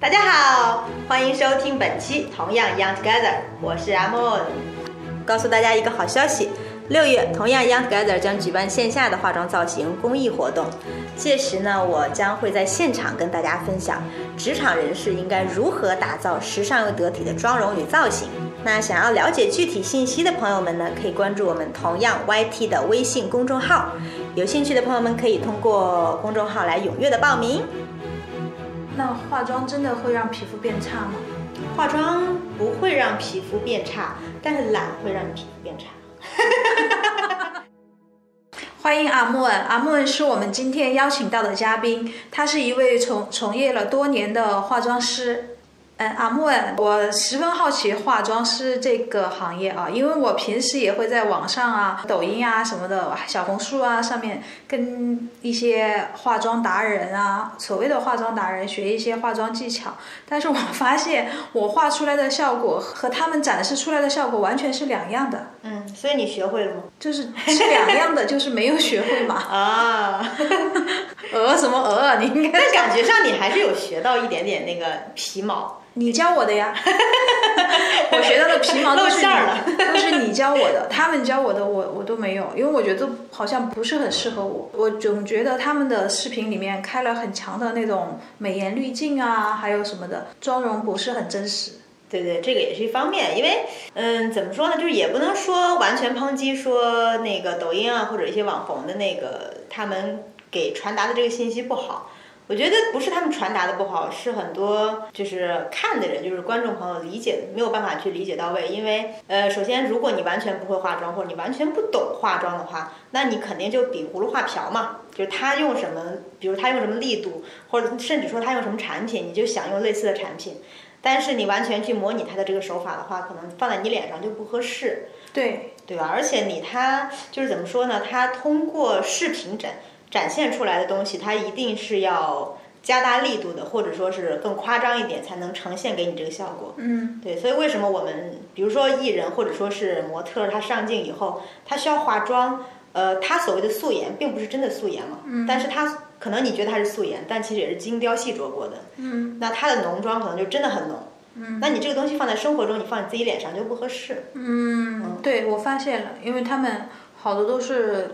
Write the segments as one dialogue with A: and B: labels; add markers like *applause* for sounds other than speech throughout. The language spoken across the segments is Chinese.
A: 大家好，欢迎收听本期同样 Young Together，我是阿莫。告诉大家一个好消息，六月同样 Young Together 将举办线下的化妆造型公益活动，届时呢，我将会在现场跟大家分享职场人士应该如何打造时尚又得体的妆容与造型。那想要了解具体信息的朋友们呢，可以关注我们同样 YT 的微信公众号，有兴趣的朋友们可以通过公众号来踊跃的报名。
B: 那化妆真的会让皮肤变差吗？
A: 化妆不会让皮肤变差，但是懒会让你皮肤变差。
B: 欢迎阿莫恩，阿莫恩是我们今天邀请到的嘉宾，他是一位从从业了多年的化妆师。嗯，阿莫恩，我十分好奇化妆师这个行业啊，因为我平时也会在网上啊、抖音啊什么的、小红书啊上面跟一些化妆达人啊，所谓的化妆达人学一些化妆技巧，但是我发现我画出来的效果和他们展示出来的效果完全是两样的。
A: 嗯，所以你学会了吗？
B: 就是是两样的，就是没有学会嘛。
A: *laughs* 啊，
B: 鹅什么鹅啊？你应该
A: *laughs* 但感觉上你还是有学到一点点那个皮毛。
B: *laughs* 你教我的呀。 *laughs* 我学到的皮毛都是你
A: 露馅儿了
B: *laughs* 都是你教我的，他们教我的我我都没有，因为我觉得好像不是很适合我。我总觉得他们的视频里面开了很强的那种美颜滤镜啊，还有什么的，妆容不是很真实。
A: 对对，这个也是一方面，因为嗯，怎么说呢，就是也不能说完全抨击说那个抖音啊或者一些网红的那个他们给传达的这个信息不好。我觉得不是他们传达的不好，是很多就是看的人，就是观众朋友理解的没有办法去理解到位。因为呃，首先如果你完全不会化妆，或者你完全不懂化妆的话，那你肯定就比葫芦画瓢嘛。就是他用什么，比如他用什么力度，或者甚至说他用什么产品，你就想用类似的产品。但是你完全去模拟他的这个手法的话，可能放在你脸上就不合适，
B: 对，
A: 对吧？而且你他就是怎么说呢？他通过视频展展现出来的东西，它一定是要加大力度的，或者说是更夸张一点，才能呈现给你这个效果。
B: 嗯，
A: 对，所以为什么我们比如说艺人或者说是模特儿，他上镜以后，他需要化妆，呃，他所谓的素颜并不是真的素颜嘛，嗯、但是他可能你觉得他是素颜，但其实也是精雕细琢过的，嗯，那他的浓妆可能就真的很浓，嗯，那你这个东西放在生活中，你放你自己脸上就不合适，
B: 嗯，对，我发现了，因为他们好多都是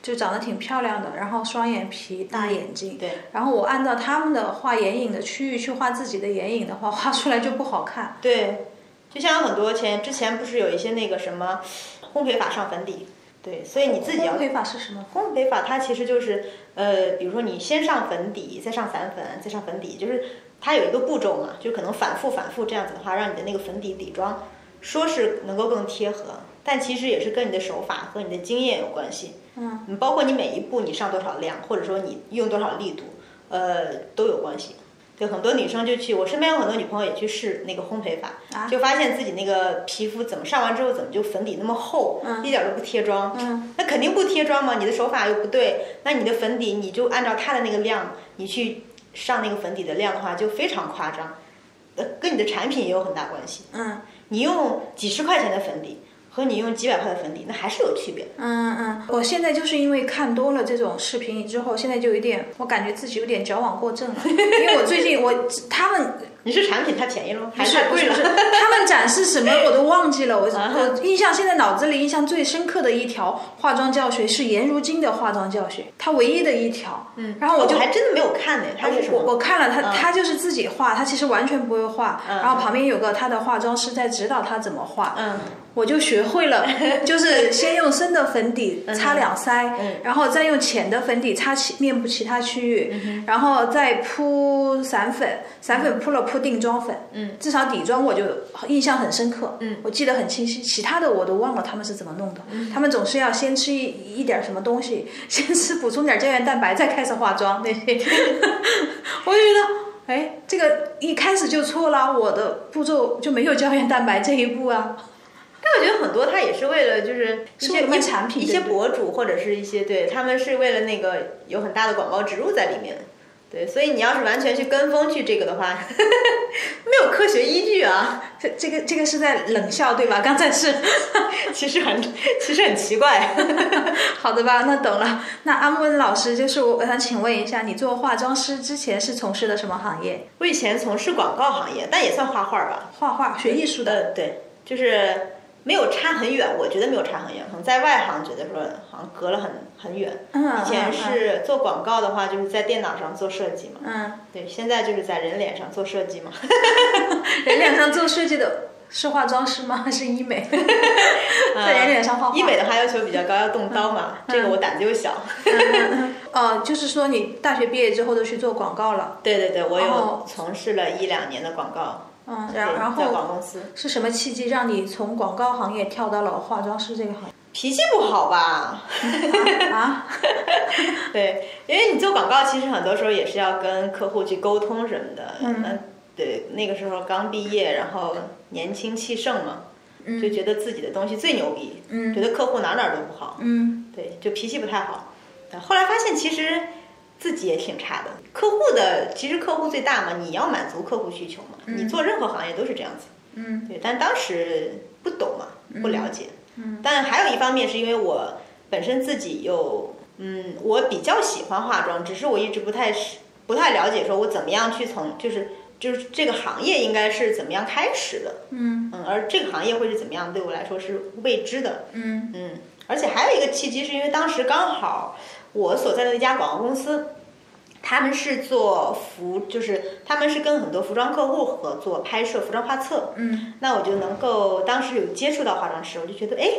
B: 就长得挺漂亮的，然后双眼皮、大眼睛，
A: 嗯对，
B: 然后我按照他们的画眼影的区域去画自己的眼影的话，画出来就不好看。
A: 对，就像很多前之前不是有一些那个什么呃烘焙法上粉底，对，所以你自己要
B: 烘焙法是什么？
A: 烘焙法它其实就是，呃，比如说你先上粉底，再上散粉，再上粉底，就是它有一个步骤嘛，就可能反复反复这样子的话，让你的那个粉底底妆说是能够更贴合，但其实也是跟你的手法和你的经验有关系。
B: 嗯，
A: 你包括你每一步你上多少量，或者说你用多少力度，呃，都有关系。对，很多女生就去，我身边有很多女朋友也去试那个烘焙法，
B: 啊
A: 就发现自己那个皮肤怎么上完之后怎么就粉底那么厚，
B: 嗯
A: 一点儿都不贴妆。
B: 嗯，
A: 那肯定不贴妆嘛，你的手法又不对，那你的粉底你就按照它的那个量，你去上那个粉底的量的话，就非常夸张，呃，跟你的产品也有很大关系。
B: 嗯
A: 你用几十块钱的粉底和你用几百块的粉底，那还是有区别的。
B: 嗯嗯，我现在就是因为看多了这种视频之后，现在就有点，我感觉自己有点矫枉过正了，因为我最近我他们
A: 你是产品太便宜了吗？还
B: 不
A: 是
B: 是
A: 太
B: 不
A: 贵
B: 是
A: 了
B: 不？是，他们展示
A: *laughs*
B: 什么我都忘记了。我
A: 啊
B: 我印象现在脑子里印象最深刻的一条化妆教学是颜如晶的化妆教学，她唯一的一条。嗯，然后我就
A: 还真的没有看呢，它是什
B: 我
A: 么？
B: 我看了
A: 嗯
B: 他，他就是自己画，他其实完全不会画。
A: 嗯
B: 然后旁边有个他的化妆师在指导他怎么画，
A: 嗯，
B: 我就学
A: *laughs*
B: 会了，就是先用深的粉底
A: 嗯
B: 擦两腮，然后再用浅的粉底擦其面部其他区域，
A: 嗯
B: 然后再铺散粉，散粉铺了铺定妆粉，嗯，至少底妆我就印象很深刻，嗯，我记得很清晰，其他的我都忘了他们是怎么弄的，
A: 嗯
B: 他们总是要先吃一一点什么东西，先吃补充点胶原蛋白，再开始化妆那些， *laughs* 我就觉得。哎，这个一开始就错了，我的步骤就没有胶原蛋白这一步啊。 *laughs*
A: 但我觉得很多它也是为了就是一
B: 是为
A: 些
B: 了卖
A: 一
B: 产品
A: 一
B: 对
A: 些
B: 不
A: 博主或者是一些对他们是为了那个有很大的广告植入在里面，对，所以你要是完全去跟风去这个的话， *laughs* 没有科学依据啊！ *laughs*
B: 这这个这个是在冷笑对吧？刚 *laughs* 才是，
A: 其实很其实很奇怪。
B: 好的吧，那懂了。那安温老师，就是我想请问一下，你做化妆师之前是从事的什么行业？
A: 我以前从事广告行业，但也算画画吧。
B: 画画，学艺术的。
A: 嗯、对，就是没有差很远，我觉得没有差很远。可能在外行觉得说好像隔了很很远。
B: 嗯。
A: 以前是做广告的话，就是在电脑上做设计嘛。
B: 嗯。
A: 对，现在就是在人脸上做设计嘛。
B: 人脸上做设计的是化妆师吗？还 *laughs* 是医美？在人脸上画画。
A: 呃
B: 嗯
A: 医美的话要求比较高，要动刀嘛。这个我胆子又小。
B: 哦，就是说你大学毕业之后都去做广告了。
A: 对对对，我有
B: 哦
A: 从事了一两年的广告。
B: 嗯，
A: 对
B: 然然
A: 在广告
B: 后
A: 公司。
B: 是什么契机让你从广告行业跳到了化妆师这个行
A: 脾气不好吧？
B: 业啊？
A: 对，因为你做广告，其实很多时候也是要跟客户去沟通什么的。
B: 嗯
A: 那对，那个时候刚毕业，然后年轻气盛嘛，就觉得自己的东西最牛逼，
B: 嗯
A: 觉得客户哪哪儿都不好，
B: 嗯
A: 对，就脾气不太好。但后来发现其实自己也挺差的，客户的其实客户最大嘛，你要满足客户需求嘛，你做任何行业都是这样子。
B: 嗯
A: 对，但当时不懂嘛，不了解。嗯。但还有一方面是因为我本身自己又，嗯，我比较喜欢化妆，只是我一直不太是不太了解，说我怎么样去从就是就是这个行业应该是怎么样开始的，
B: 嗯
A: 嗯，而这个行业会是怎么样，对我来说是未知的，
B: 嗯
A: 嗯。而且还有一个契机，是因为当时刚好我所在的那家广告公司。他们是做服，就是他们是跟很多服装客户合作拍摄服装画册，
B: 嗯
A: 那我就能够当时有接触到化妆师，我就觉得哎，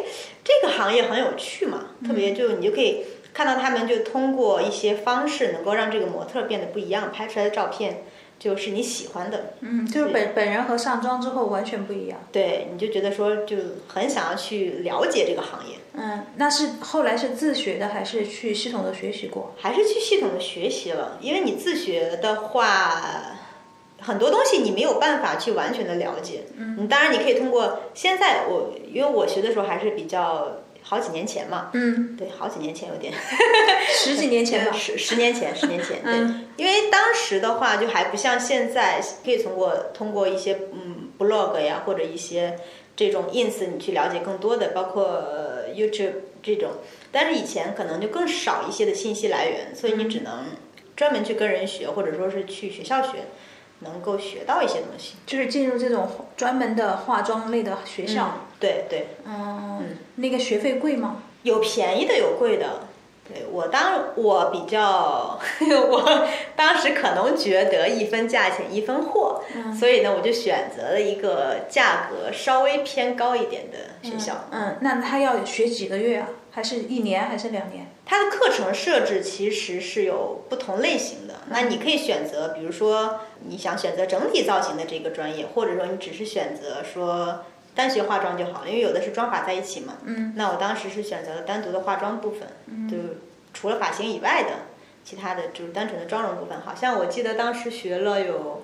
A: 这个行业很有趣嘛，特别就你就可以看到他们就通过一些方式能够让这个模特变得不一样，拍出来的照片就是你喜欢的，
B: 嗯，就是本本人和上妆之后完全不一样。
A: 对，你就觉得说就很想要去了解这个行业，
B: 嗯，那是后来是自学的还是去系统的学习过？
A: 还是去系统的学习了，因为你自学的话，很多东西你没有办法去完全的了解。嗯，当然你可以通过现在我，因为我学的时候还是比较好几年前嘛，
B: 嗯，
A: 对，好几年前有点。
B: *laughs* 十几年前吧。嗯
A: 十十年前，十年前，对，嗯因为当时的话就还不像现在，可以通过通过一些嗯 blog 呀，或者一些这种 ins 你去了解更多的，包括呃 YouTube 这种，但是以前可能就更少一些的信息来源，所以你只能专门去跟人学，或者说是去学校学，能够学到一些东西。
B: 就是进入这种专门的化妆类的学校，
A: 对对，
B: 嗯，那个学费贵吗？
A: 有便宜的，有贵的。对我当我比较， *laughs* 我当时可能觉得一分价钱一分货，所以呢，我就选择了一个价格稍微偏高一点的学校。
B: 嗯，那他要学几个月啊？还是一年还是两年？
A: 它的课程设置其实是有不同类型的，那你可以选择，比如说你想选择整体造型的这个专业，或者说你只是选择说单学化妆就好了，因为有的是妆法在一起嘛。
B: 嗯。
A: 那我当时是选择了单独的化妆部分，就除了发型以外的，其他的就是单纯的妆容部分。好像我记得当时学了有，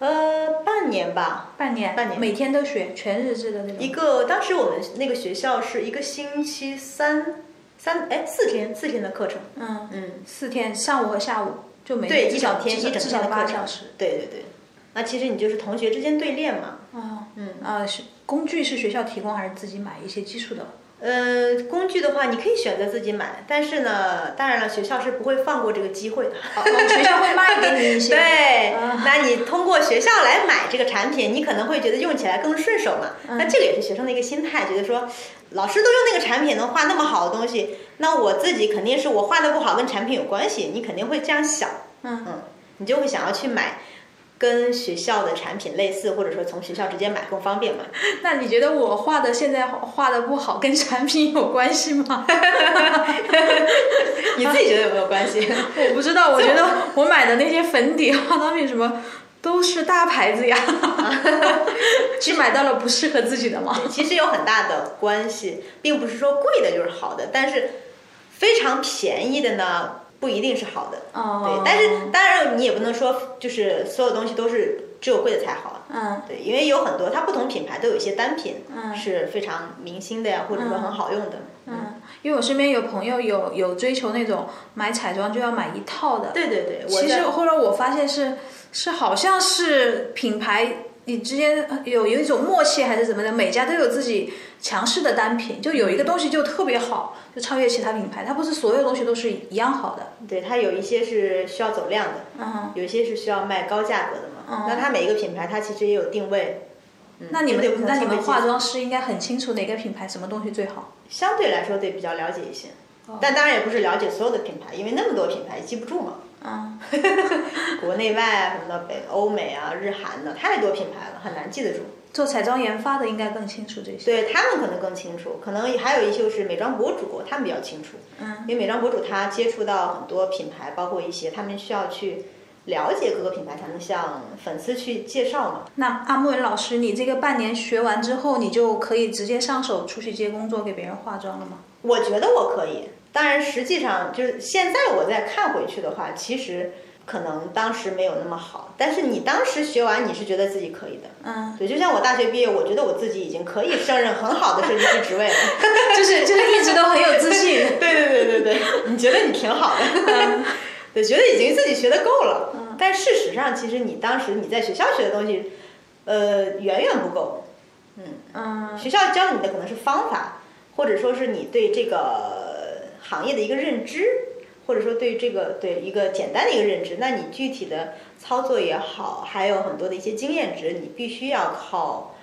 A: 呃，半年吧。
B: 啊半年，
A: 半年
B: 每天都学，全日制的那种。
A: 一个当时我们那个学校是一个星期三三哎四天四天的课程，
B: 嗯，
A: 嗯，
B: 四天，上午和下午就每
A: 对，
B: 至
A: 一
B: 少
A: 整天
B: 至少
A: 一整
B: 至
A: 天
B: 少
A: 的
B: 八
A: 课程
B: 小时。。
A: 对对对，那其实你就是同学之间对练嘛。
B: 哦，嗯啊，是工具是学校提供还是自己买一些基础的？
A: 呃，工具的话，你可以选择自己买，但是呢，当然了，学校是不会放过这个机会的。
B: 哦，哦学校会卖给你一
A: *laughs*
B: 些。
A: 对
B: 啊，
A: 那你通过学校来买这个产品，你可能会觉得用起来更顺手嘛。
B: 嗯
A: 那这个也是学生的一个心态，觉得说，老师都用那个产品能画那么好的东西，那我自己肯定是我画的不好，跟产品有关系，你肯定会这样想。
B: 嗯
A: 嗯，你就会想要去买跟学校的产品类似，或者说从学校直接买更方
B: *laughs*
A: 便嘛。
B: 那你觉得我画的现在画的不好，跟产品有关系吗？ *laughs*
A: 你自己觉得有没有关
B: *laughs*
A: 系？
B: 我不知道，我觉得我买的那些粉底、化妆品什么都是大牌
A: *laughs*
B: 子呀，去买到了不适合自己的吗？
A: 其实有很大的关系，并不是说贵的就是好的，但是非常便宜的呢，不一定是好的。对
B: 哦，
A: 但是当然你也不能说就是所有东西都是只有贵的才好。
B: 嗯
A: 对，因为有很多它不同品牌都有一些单品
B: 嗯
A: 是非常明星的呀，或者说很好用的。
B: 嗯，因为我身边有朋友有有追求那种买彩妆就要买一套的，
A: 对对对，我
B: 其
A: 在
B: 实后来我发现是是好像是品牌你之间呃有有一种默契还是怎么的，每家都有自己强势的单品，就有一个东西就特别好，就超越其他品牌，它不是所有东西都是一样好的。
A: 对它有一些是需要走量的，
B: 嗯，
A: 有一些是需要卖高价格的嘛。
B: 嗯
A: 那它每一个品牌它其实也有定位，嗯
B: 那你
A: 针对不同
B: 们那你
A: 消费
B: 们
A: 阶
B: 化
A: 层
B: 妆师应该很清楚哪个品牌什么东西最好。
A: 相对来说得比较了解一些，
B: 哦
A: 但当然也不是了解所有的品牌，因为那么多品牌记不住嘛。
B: 嗯，
A: 国内外啊什么的，北欧美啊、日韩的太多品牌了，很难记得住。
B: 做彩妆研发的应该更清楚这些。
A: 对他们可能更清楚，可能还有一些就是美妆博主，他们比较清楚，
B: 嗯，
A: 因为美妆博主他接触到很多品牌，包括一些他们需要去了解各个品牌，才能向粉丝去介绍嘛。
B: 那阿木文老师，你这个半年学完之后，你就可以直接上手出去接工作，给别人化妆了吗？
A: 我觉得我可以，当然实际上就是现在我再看回去的话，其实可能当时没有那么好，但是你当时学完，你是觉得自己可以的。
B: 嗯，
A: 对，就像我大学毕业，我觉得我自己已经可以胜任很好的设计师职位了。
B: *laughs* 就是就是一直都很有自信。
A: *laughs* 对对对对对，你觉得你挺好的， *laughs* 对，觉得已经自己学的够了。但事实上，其实你当时你在学校学的东西，呃，远远不够。
B: *laughs* 嗯
A: 学校教你的可能是方法，或者说是你对这个行业的一个认知，或者说对这个对一个简单的一个认知。那你具体的操作也好，还有很多的一些经验值，你必须要靠，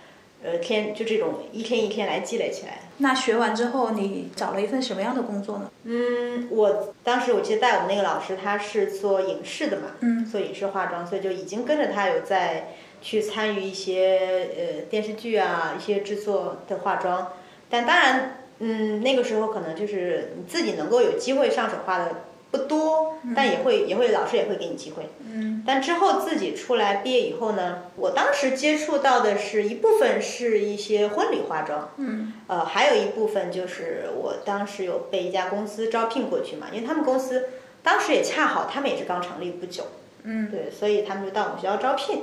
A: 呃，天就这种一天一天来积累起来。，
B: 那学完之后，你找了一份什么样的工作呢？
A: 嗯，我当时我记得带我们那个老师，他是做影视的嘛，
B: 嗯
A: 做影视化妆，所以就已经跟着他有在去参与一些呃电视剧啊，一些制作的化妆。但当然，嗯，那个时候可能就是你自己能够有机会上手画的不多，但也会也会老师也会给你机会。
B: 嗯
A: 但之后自己出来毕业以后呢，我当时接触到的是一部分是一些婚礼化妆，
B: 嗯
A: 呃，还有一部分就是我当时有被一家公司招聘过去嘛，因为他们公司当时也恰好他们也是刚成立不久，
B: 嗯
A: 对，所以他们就到我们学校招聘，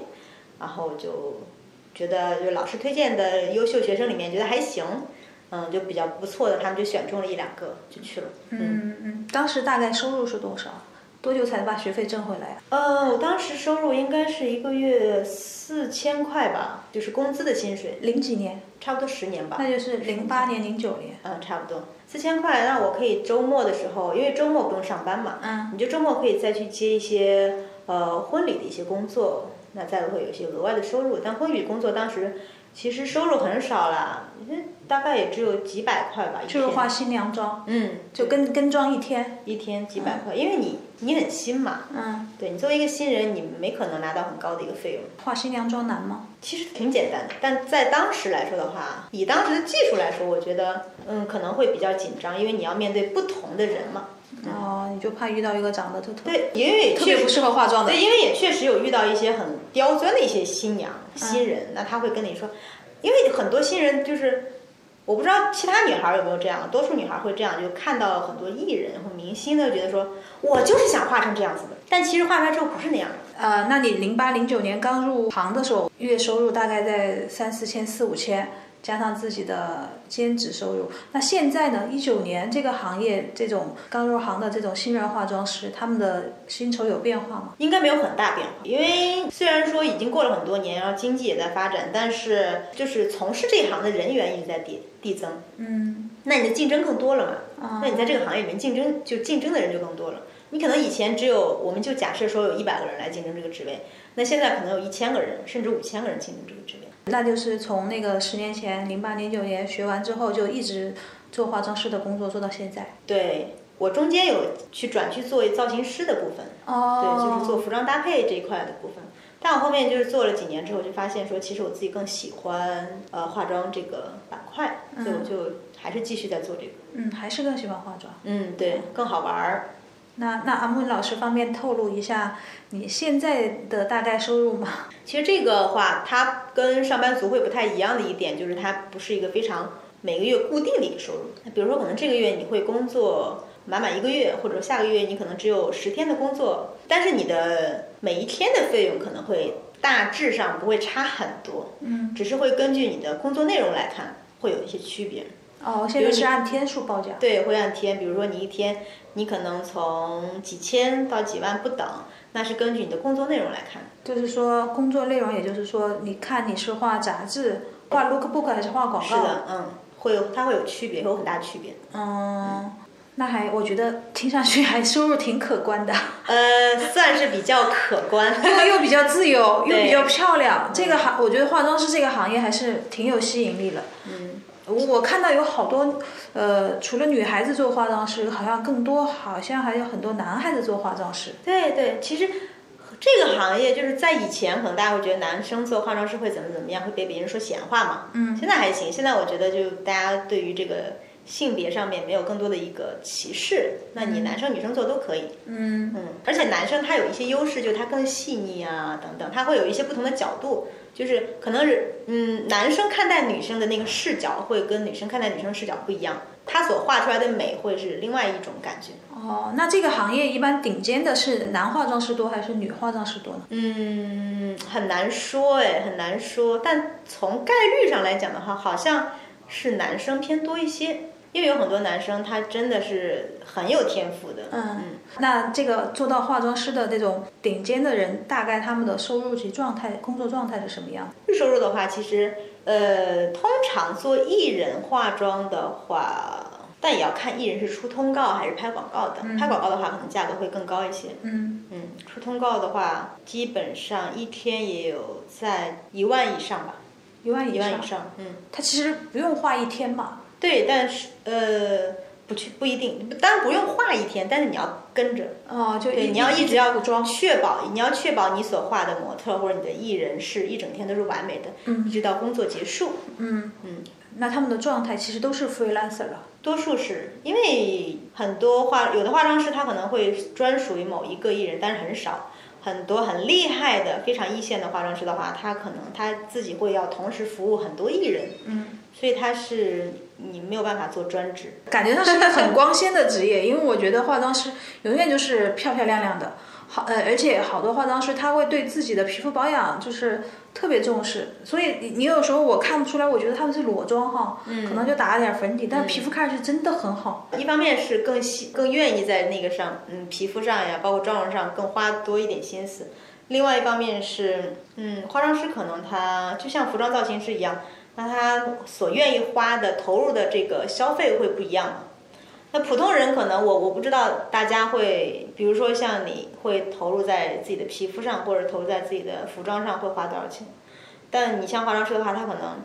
A: 然后就觉得就老师推荐的优秀学生里面觉得还行，嗯，就比较不错的，他们就选中了一两个就去了。
B: 嗯嗯。当时大概收入是多少？多久才能把学费挣回来啊呀、
A: 呃，我当时收入应该是一个月四千块吧，就是工资的薪水，
B: 零几年，
A: 差不多十年吧。
B: 那就是零八年、零九年。
A: 嗯，差不多四千块，那我可以周末的时候，因为周末不用上班嘛，
B: 嗯，
A: 你就周末可以再去接一些呃婚礼的一些工作，那再会有一些额外的收入。但婚礼工作当时其实收入很少啦，大概也只有几百块吧，一
B: 就是
A: 天。
B: 化新娘妆，
A: 嗯，
B: 就跟跟妆一天。
A: 一天几百块，因为你你很新嘛，
B: 嗯，
A: 对你作为一个新人，你没可能拿到很高的一个费用。
B: 化新娘妆难吗？
A: 其实挺简单的，但在当时来说的话，以当时的技术来说，我觉得嗯可能会比较紧张，因为你要面对不同的人嘛。
B: 哦，你就怕遇到一个长得特特
A: 对，因为也
B: 特别
A: 确
B: 不
A: 实
B: 适合化妆的
A: 对，。因为也确实有遇到一些很刁钻的一些新娘、
B: 嗯
A: 新人，那他会跟你说，因为很多新人就是，我不知道其他女孩有没有这样，多数女孩会这样，就看到很多艺人或明星呢，觉得说我就是想画成这样子的，但其实画出来之后不是那样的。
B: 呃，那你零八零九年刚入行的时候，月收入大概在三四千、四五千，加上自己的兼职收入。那现在呢？一九年这个行业，这种刚入行的这种新人化妆师，他们的薪酬有变化吗？
A: 应该没有很大变化，因为虽然说已经过了很多年，然后经济也在发展，但是就是从事这一行的人员一直在递递增，
B: 嗯，
A: 那你的竞争更多了嘛？
B: 啊
A: 那你在这个行业里面竞争，就竞争的人就更多了。你可能以前只有，我们就假设说有一百个人来竞争这个职位，那现在可能有一千个人，甚至五千个人竞争这个职位。
B: 那就是从那个十年前零八零九年学完之后，就一直做化妆师的工作，做到现在。
A: 对我中间有去转去做造型师的部分，
B: 哦
A: 对，就是做服装搭配这一块的部分。但我后面就是做了几年之后，就发现说，其实我自己更喜欢呃化妆这个板块，所以我就还是继续在做这个。
B: 嗯，还是更喜欢化妆。
A: 嗯，对，更好玩儿。
B: 那那阿木老师方便透露一下你现在的大概收入吗？
A: 其实这个话，它跟上班族会不太一样的一点，就是它不是一个非常每个月固定的一个收入。比如说，可能这个月你会工作满满一个月，或者下个月你可能只有十天的工作，但是你的每一天的费用可能会大致上不会差很多，
B: 嗯，
A: 只是会根据你的工作内容来看，会有一些区别。
B: 哦，现在是按天数报价。
A: 对，会按天，比如说你一天，你可能从几千到几万不等，那是根据你的工作内容来看。
B: 就是说，工作内容，也就是说，你看你是画杂志、画 lookbook 还是画广告？
A: 是的，嗯，会有它会有区别，会有很大区 *laughs* 别。
B: 嗯，那还我觉得听上去还收入挺可
A: *laughs*
B: 观的，
A: 呃，算是比较可观。
B: 又又比较自由，又
A: 对
B: 比较漂亮。这个行，我觉得化妆师这个行业还是挺有吸引力的。
A: 嗯，
B: 我我看到有好多，呃，除了女孩子做化妆师，好像更多，好像还有很多男孩子做化妆师。
A: 对对，其实这个行业就是在以前，可能大家会觉得男生做化妆师会怎么怎么样，会被别人说闲话嘛。
B: 嗯
A: 现在还行，现在我觉得就大家对于这个性别上面没有更多的一个歧视，那你男生女生做都可以。
B: 嗯
A: 嗯，而且男生他有一些优势，就是他更细腻啊，等等，他会有一些不同的角度，就是可能是嗯，男生看待女生的那个视角会跟女生看待女生视角不一样，他所画出来的美会是另外一种感觉。
B: 哦，那这个行业一般顶尖的是男化妆师多还是女化妆师多呢？
A: 嗯，很难说哎，很难说。但从概率上来讲的话，好像是男生偏多一些，因为有很多男生他真的是很有天赋的。
B: 嗯，那这个做到化妆师的这种顶尖的人，大概他们的收入及状态、工作状态是什么样？
A: 日收入的话，其实呃，通常做艺人化妆的话，但也要看艺人是出通告还是拍广告的。拍广告的话，可能价格会更高一些。
B: 嗯，
A: 嗯，出通告的话，基本上一天也有在一万以上吧，
B: 一万
A: 一
B: 以
A: 万以
B: 上。
A: 上。嗯，
B: 他其实不用画一天嘛。
A: 对，但是呃，不去不一定，当然不用画一天，但是你要跟着。
B: 哦，就
A: 对，
B: 一
A: 你要一直要
B: 补妆。
A: 确保你要确保你所画的模特或者你的艺人是一整天都是完美的，
B: 嗯
A: 一直到工作结束。
B: 嗯，
A: 嗯，
B: 那他们的状态其实都是 freelancer 了。
A: 多数是因为很多化有的化妆师他可能会专属于某一个艺人，但是很少。很多很厉害的非常一线的化妆师的话，他可能他自己会要同时服务很多艺人，
B: 嗯，
A: 所以他是你没有办法做专职。
B: 感觉上是个很光鲜的职业，因为我觉得化妆师永远就是漂漂亮亮的，好呃，而且好多化妆师他会对自己的皮肤保养就是特别重视，所以你你有时候我看不出来，我觉得他们是裸妆哈，
A: 嗯
B: 可能就打了点粉底，但皮肤看上去真的很好。
A: 一方面是更细、更愿意在那个上，嗯，皮肤上呀，包括妆容上更花多一点心思。另外一方面是，嗯，化妆师可能他就像服装造型师一样，那他所愿意花的、投入的这个消费会不一样嘛。那普通人可能我我不知道大家会，比如说像你会投入在自己的皮肤上，或者投入在自己的服装上会花多少钱，但你像化妆师的话，他可能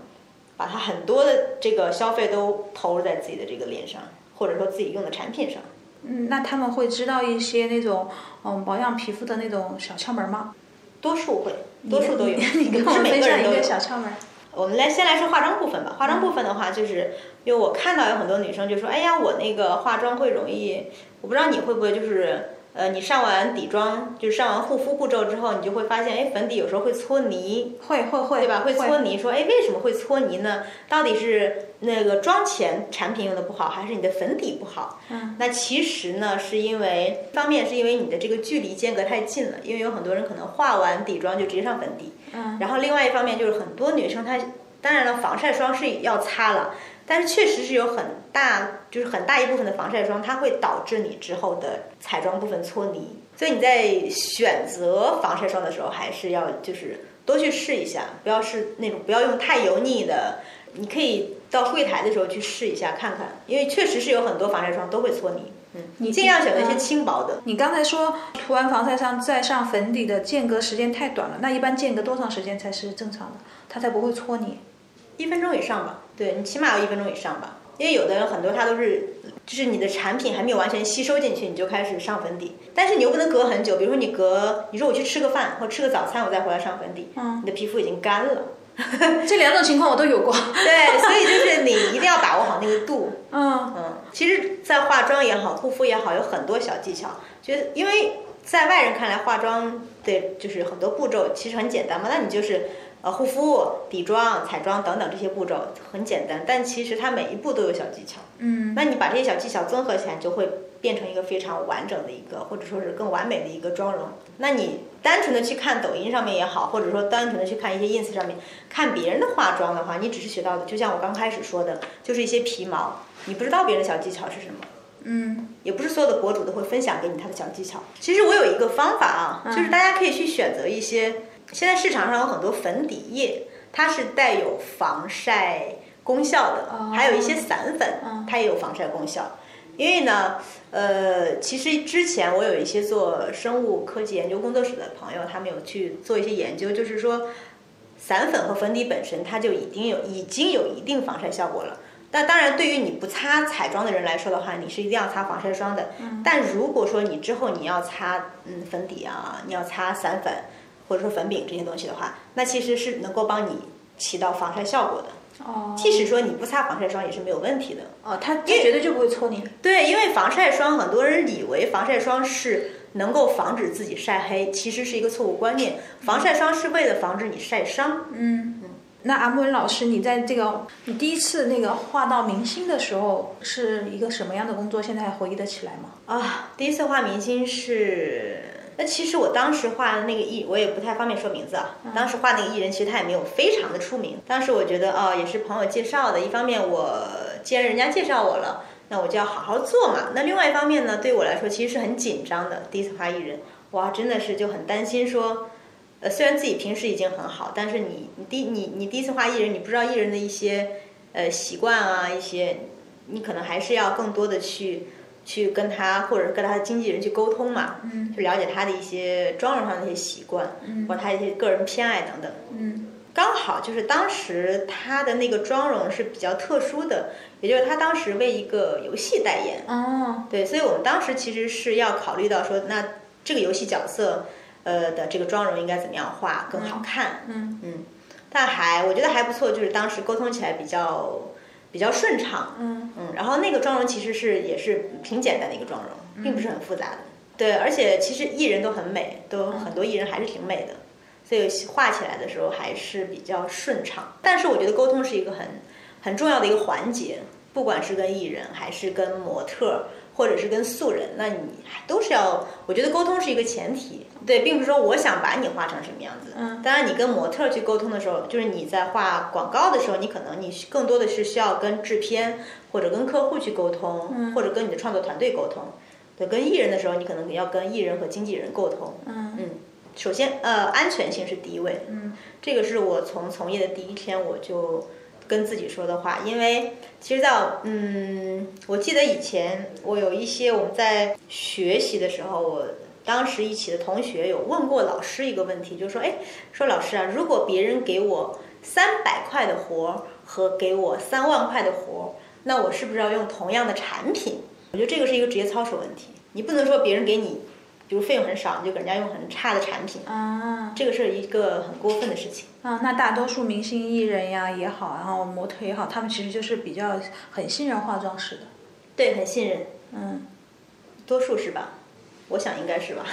A: 把他很多的这个消费都投入在自己的这个脸上，或者说自己用的产品上。
B: 嗯，那他们会知道一些那种嗯保养皮肤的那种小窍门吗？
A: 多数会，多数都有，
B: 你跟
A: 不
B: 我
A: 是每
B: 分
A: 个
B: 享
A: 人
B: 一
A: 都有
B: 个。嗯小窍门。
A: 我们来先来说化妆部分吧。化妆部分的话，就是因为我看到有很多女生就说：“哎呀，我那个化妆会容易，我不知道你会不会就是。”呃，你上完底妆，就是上完护肤步骤之后，你就会发现，哎，粉底有时候会搓泥，
B: 会会会，
A: 对吧？会搓泥，说哎，为什么会搓泥呢？到底是那个妆前产品用的不好，还是你的粉底不好？
B: 嗯，
A: 那其实呢，是因为一方面是因为你的这个距离间隔太近了，因为有很多人可能化完底妆就直接上粉底，
B: 嗯，
A: 然后另外一方面就是很多女生她当然了，防晒霜是要擦了，但是确实是有很大就是很大一部分的防晒霜，它会导致你之后的彩妆部分搓泥。所以你在选择防晒霜的时候，还是要就是多去试一下，不要是那种不要用太油腻的，你可以到柜台的时候去试一下看看，因为确实是有很多防晒霜都会搓泥。嗯，
B: 你
A: 尽量选择一些
B: 嗯
A: 轻薄的，
B: 你刚才说涂完防晒霜再上粉底的间隔时间太短了，那一般间隔多长时间才是正常的？它才不会搓
A: *laughs*
B: 你。
A: 一分钟以上吧，对你起码要一分钟以上吧，因为有的人很多他都是，就是你的产品还没有完全吸收进去，你就开始上粉底，但是你又不能隔很久，比如说你隔，你说我去吃个饭或吃个早餐，我再回来上粉底，
B: 嗯，
A: 你的皮肤已经干了，
B: 这两种情况我都有过。
A: 对，所以就是你一定要把握好那个度，
B: 嗯
A: 嗯，其实，在化妆也好，护肤也好，有很多小技巧。就是因为在外人看来，化妆的就是很多步骤其实很简单嘛，那你就是呃护肤、底妆、彩妆等等这些步骤很简单，但其实它每一步都有小技巧。
B: 嗯，
A: 那你把这些小技巧综合起来，就会变成一个非常完整的一个，或者说是更完美的一个妆容。那你单纯的去看抖音上面也好，或者说单纯的去看一些 ins 上面看别人的化妆的话，你只是学到的，就像我刚开始说的，就是一些皮毛，你不知道别人的小技巧是什么。
B: 嗯，
A: 也不是所有的博主都会分享给你他的小技巧。其实我有一个方法啊，
B: 嗯
A: 就是大家可以去选择一些，现在市场上有很多粉底液，它是带有防晒功效
B: 哦
A: 的，还有一些散粉，它也有防晒功效。因为呢，呃，其实之前我有一些做生物科技研究工作室的朋友，他们有去做一些研究，就是说，散粉和粉底本身它就已经有已经有一定防晒效果了。那当然，对于你不擦彩妆的人来说的话，你是一定要擦防晒霜的。但如果说你之后你要擦嗯粉底啊，你要擦散粉或者说粉饼这些东西的话，那其实是能够帮你起到防晒效果的。
B: 哦，
A: 即使说你不擦防晒霜也是没有问题的。
B: 哦，他他绝对就不会戳你。
A: 对，因为防晒霜，很多人以为防晒霜是能够防止自己晒黑，其实是一个错误观念。防晒霜是为了防止你晒伤。
B: 嗯，那阿木文老师，你在这个你第一次那个画到明星的时候，是一个什么样的工作？现在还回忆得起来吗？
A: 啊，第一次画明星是，那其实我当时画的那个艺，我也不太方便说名字啊。
B: 嗯
A: 当时画那个艺人，其实他也没有非常的出名。当时我觉得哦，也是朋友介绍的。一方面我既然人家介绍我了，那我就要好好做嘛。那另外一方面呢，对我来说其实是很紧张的。第一次画艺人，哇，真的是就很担心说。呃，虽然自己平时已经很好，但是你你第你你第一次画艺人，你不知道艺人的一些呃习惯啊，一些你可能还是要更多的去去跟他或者是跟他的经纪人去沟通嘛，
B: 嗯
A: 去了解他的一些妆容上的一些习惯，
B: 嗯
A: 或者他一些个人偏爱等等。
B: 嗯
A: 刚好就是当时他的那个妆容是比较特殊的，也就是他当时为一个游戏代言，
B: 哦
A: 对，所以我们当时其实是要考虑到说，那这个游戏角色，呃的这个妆容应该怎么样画更好看？
B: 嗯
A: 嗯，但还我觉得还不错，就是当时沟通起来比较比较顺畅。
B: 嗯
A: 嗯，然后那个妆容其实是也是挺简单的一个妆容，并不是很复杂的。对，而且其实艺人都很美，都很多艺人还是挺美的，所以画起来的时候还是比较顺畅。但是我觉得沟通是一个很很重要的一个环节，不管是跟艺人还是跟模特儿。或者是跟素人，那你都是要，我觉得沟通是一个前提，对，并不是说我想把你画成什么样子。
B: 嗯
A: 当然你跟模特儿去沟通的时候，就是你在画广告的时候，你可能你更多的是需要跟制片或者跟客户去沟通，
B: 嗯
A: 或者跟你的创作团队沟通。对，跟艺人的时候，你可能要跟艺人和经纪人沟通。
B: 嗯
A: 嗯，首先，呃，安全性是第一位，
B: 嗯
A: 这个是我从从业的第一天我就跟自己说的话，因为其实到嗯，我记得以前我有一些我们在学习的时候，我当时一起的同学有问过老师一个问题，就说哎，说老师啊，如果别人给我三百块的活儿和给我三万块的活儿，那我是不是要用同样的产品？我觉得这个是一个职业操守问题，你不能说别人给你，比如费用很少，你就给人家用很差的产品，
B: 啊
A: 这个是一个很过分的事情。
B: 啊！那大多数明星艺人呀也好，然后模特也好，他们其实就是比较很信任化妆师的。
A: 对，很信任，
B: 嗯， *laughs*
A: 多数是吧？我想应该是吧。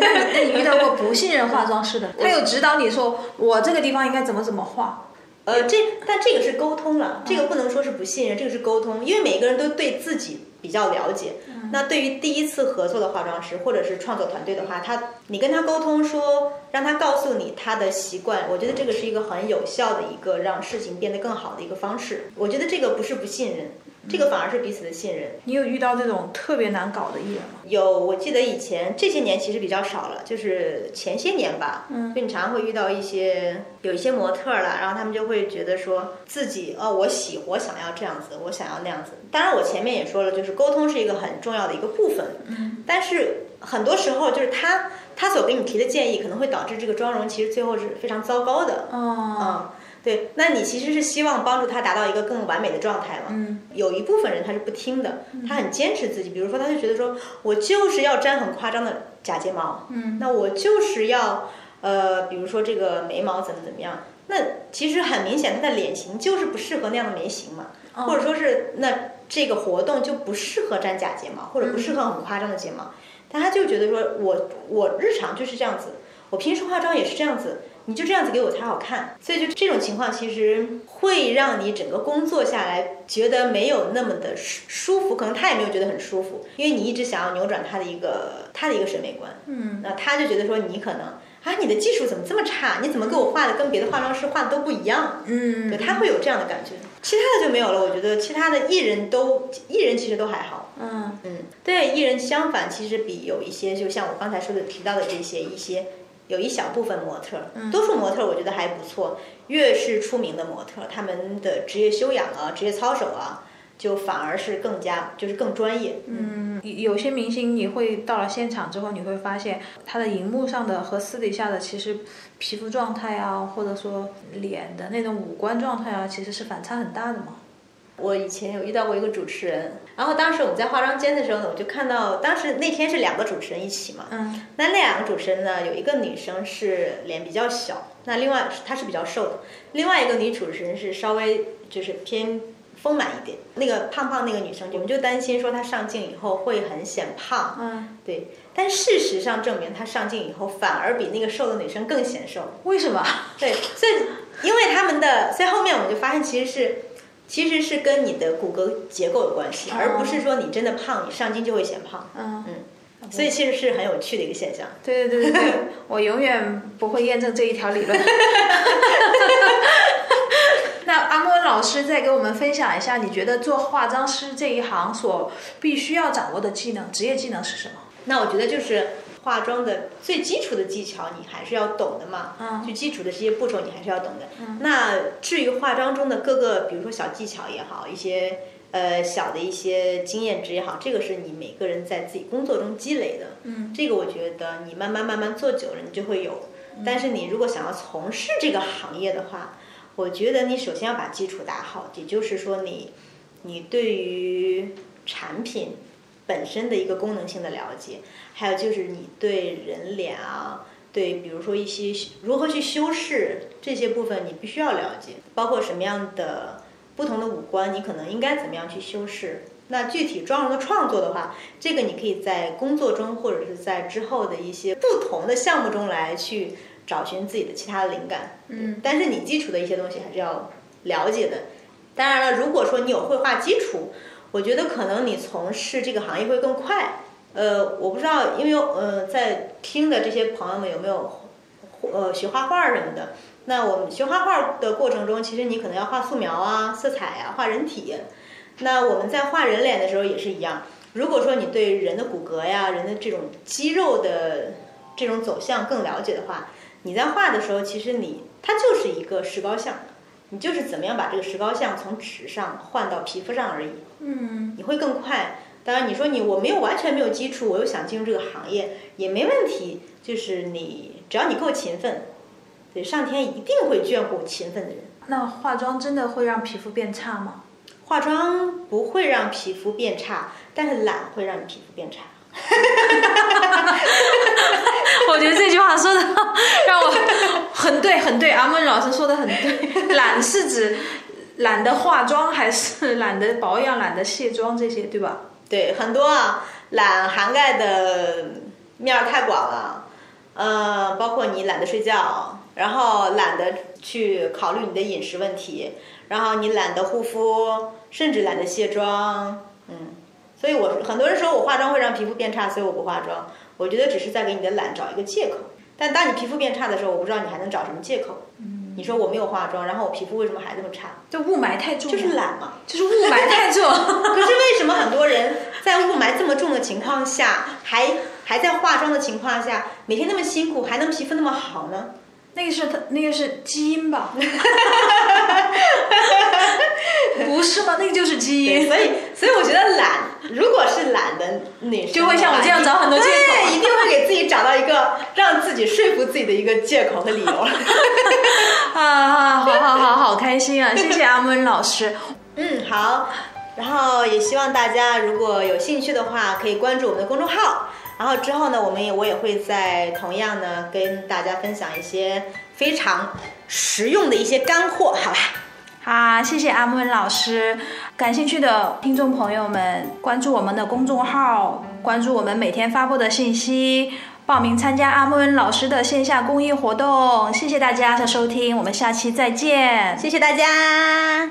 B: 那你那你遇到过不信任化妆师的？他有指导你说我这个地方应该怎么怎么画？
A: 呃，这但这个是沟通了，这个不能说是不信任，这个是沟通，因为每个人都对自己比较了解。那对于第一次合作的化妆师或者是创作团队的话，他你跟他沟通说，让他告诉你他的习惯，我觉得这个是一个很有效的一个让事情变得更好的一个方式。我觉得这个不是不信任，这个反而是彼此的信任。
B: 你有遇到这种特别难搞的艺人吗？
A: 有，我记得以前这些年其实比较少了，就是前些年吧，
B: 嗯
A: 就你常常会遇到一些有一些模特儿啦，然后他们就会觉得说自己哦，我喜我想要这样子，我想要那样子。当然，我前面也说了，就是沟通是一个很重要的一个部分，
B: 嗯，
A: 但是很多时候就是他他所给你提的建议，可能会导致这个妆容其实最后是非常糟糕的，
B: 哦，
A: 嗯，对，那你其实是希望帮助他达到一个更完美的状态嘛？
B: 嗯，
A: 有一部分人他是不听的，他很坚持自己，比如说他就觉得说我就是要粘很夸张的假睫毛，
B: 嗯，
A: 那我就是要呃，比如说这个眉毛怎么怎么样。那其实很明显，他的脸型就是不适合那样的眉形嘛，
B: 哦
A: 或者说是那这个活动就不适合粘假睫毛，或者不适
B: 嗯
A: 合很夸张的睫毛。但他就觉得说我我日常就是这样子，我平时化妆也是这样子，你就这样子给我才好看。所以就这种情况，其实会让你整个工作下来觉得没有那么的舒舒服，可能他也没有觉得很舒服，因为你一直想要扭转他的一个他的一个审美观，
B: 嗯，
A: 那他就觉得说你可能。啊，你的技术怎么这么差？你怎么给我画的跟别的化妆师画的都不一样？
B: 嗯，
A: 对，他会有这样的感觉。其他的就没有了，我觉得其他的艺人都艺人其实都还好。
B: 嗯
A: 嗯，对，艺人相反其实比有一些，就像我刚才说的提到的这些一些，有一小部分模特儿，
B: 嗯
A: 多数模特儿我觉得还不错。越是出名的模特儿，他们的职业修养啊、职业操守啊，就反而是更加就是更专业。
B: 嗯，有些明星你会到了现场之后，你会发现他的荧幕上的和私底下的其实皮肤状态啊，或者说脸的那种五官状态啊，其实是反差很大的嘛。
A: 我以前有遇到过一个主持人，然后当时我们在化妆间的时候呢，我就看到当时那天是两个主持人一起嘛，
B: 嗯
A: 那那两个主持人呢，有一个女生是脸比较小，那另外她是比较瘦的，另外一个女主持人是稍微就是偏丰满一点，那个胖胖那个女生，我们就担心说她上镜以后会很显胖，
B: 嗯，
A: 对，但事实上证明她上镜以后反而比那个瘦的女生更显瘦，
B: 为什么？ *laughs*
A: 对，所以因为他们的，所以后面我们就发现其实是。其实是跟你的骨骼结构有关系，而不是说你真的胖，你上镜就会显胖。
B: 嗯，
A: 嗯，所以其实是很有趣的一个现象。
B: 对对对对对，我永远不会验证这一条理论。 *laughs* 那阿莫老师再给我们分享一下，你觉得做化妆师这一行所必须要掌握的技能，职业技能是什么？
A: 那我觉得就是化妆的最基础的技巧，你还是要懂的嘛。
B: 嗯
A: 最基础的这些步骤你还是要懂的。那至于化妆中的各个，比如说小技巧也好，一些呃小的一些经验值也好，这个是你每个人在自己工作中积累的。
B: 嗯，
A: 这个我觉得你慢慢慢慢做久了，你就会有。
B: 嗯
A: 但是你如果想要从事这个行业的话，我觉得你首先要把基础打好，也就是说你你对于产品本身的一个功能性的了解，还有就是你对人脸啊，对比如说一些如何去修饰这些部分，你必须要了解，包括什么样的不同的五官，你可能应该怎么样去修饰。那具体妆容的创作的话，这个你可以在工作中或者是在之后的一些不同的项目中来去找寻自己的其他的灵感。
B: 嗯，
A: 但是你基础的一些东西还是要了解的。当然了，如果说你有绘画基础，我觉得可能你从事这个行业会更快。呃，我不知道，因为呃，在听的这些朋友们有没有呃学画画什么的？那我们学画画的过程中，其实你可能要画素描啊、色彩啊、画人体。那我们在画人脸的时候也是一样。如果说你对人的骨骼呀、人的这种肌肉的这种走向更了解的话，你在画的时候，其实你它就是一个石膏像，你就是怎么样把这个石膏像从纸上换到皮肤上而已。
B: 嗯
A: 你会更快。当然，你说你我没有完全没有基础，我又想进入这个行业也没问题，就是你只要你够勤奋，对上天一定会眷顾勤奋的人。
B: 那化妆真的会让皮肤变差吗？
A: 化妆不会让皮肤变差，但是懒会让你皮肤变差。
B: *laughs* 我觉得这句话说的让我很对，很对。阿梦老师说的很 *laughs* 对，懒是指懒得化妆，还是懒得保养、懒得卸妆这些，对吧？
A: 对，很多啊，懒涵盖的面儿太广了，呃，包括你懒得睡觉，然后懒得去考虑你的饮食问题，然后你懒得护肤，甚至懒得卸妆，嗯，所以我很多人说我化妆会让皮肤变差，所以我不化妆，我觉得只是在给你的懒找一个借口。但当你皮肤变差的时候，我不知道你还能找什么借口。嗯，你说我没有化妆，然后我皮肤为什么还这么差？
B: 就雾霾太重
A: 就
B: 了，
A: 是懒啊嘛。
B: 就是雾霾太重。
A: 可是为什么很多人在雾霾这么重的情况下，还还在化妆的情况下，每天那么辛苦，还能皮肤那么好呢？
B: *laughs* 那个是它，那个是基因吧？ *laughs* 不是吗？那个就是
A: *laughs*
B: 基
A: 对
B: 因。
A: 所以，所以我觉得懒，如果是懒的女生的话，
B: 就会像我这样找很多借口
A: *laughs* 对，一定会给自己找到一个让自己说服自己的一个借口和理由。 *laughs*
B: 啊，好好好好开心啊！谢谢阿梦老师。
A: 嗯，好。然后也希望大家如果有兴趣的话，可以关注我们的公众号。然后之后呢，我们也我也会在同样呢跟大家分享一些非常实用的一些干货，好吧？
B: 好，谢谢阿温老师。感兴趣的听众朋友们，关注我们的公众号，关注我们每天发布的信息。报名参加阿莫恩老师的线下公益活动。谢谢大家的收听，我们下期再见，
A: 谢谢大家。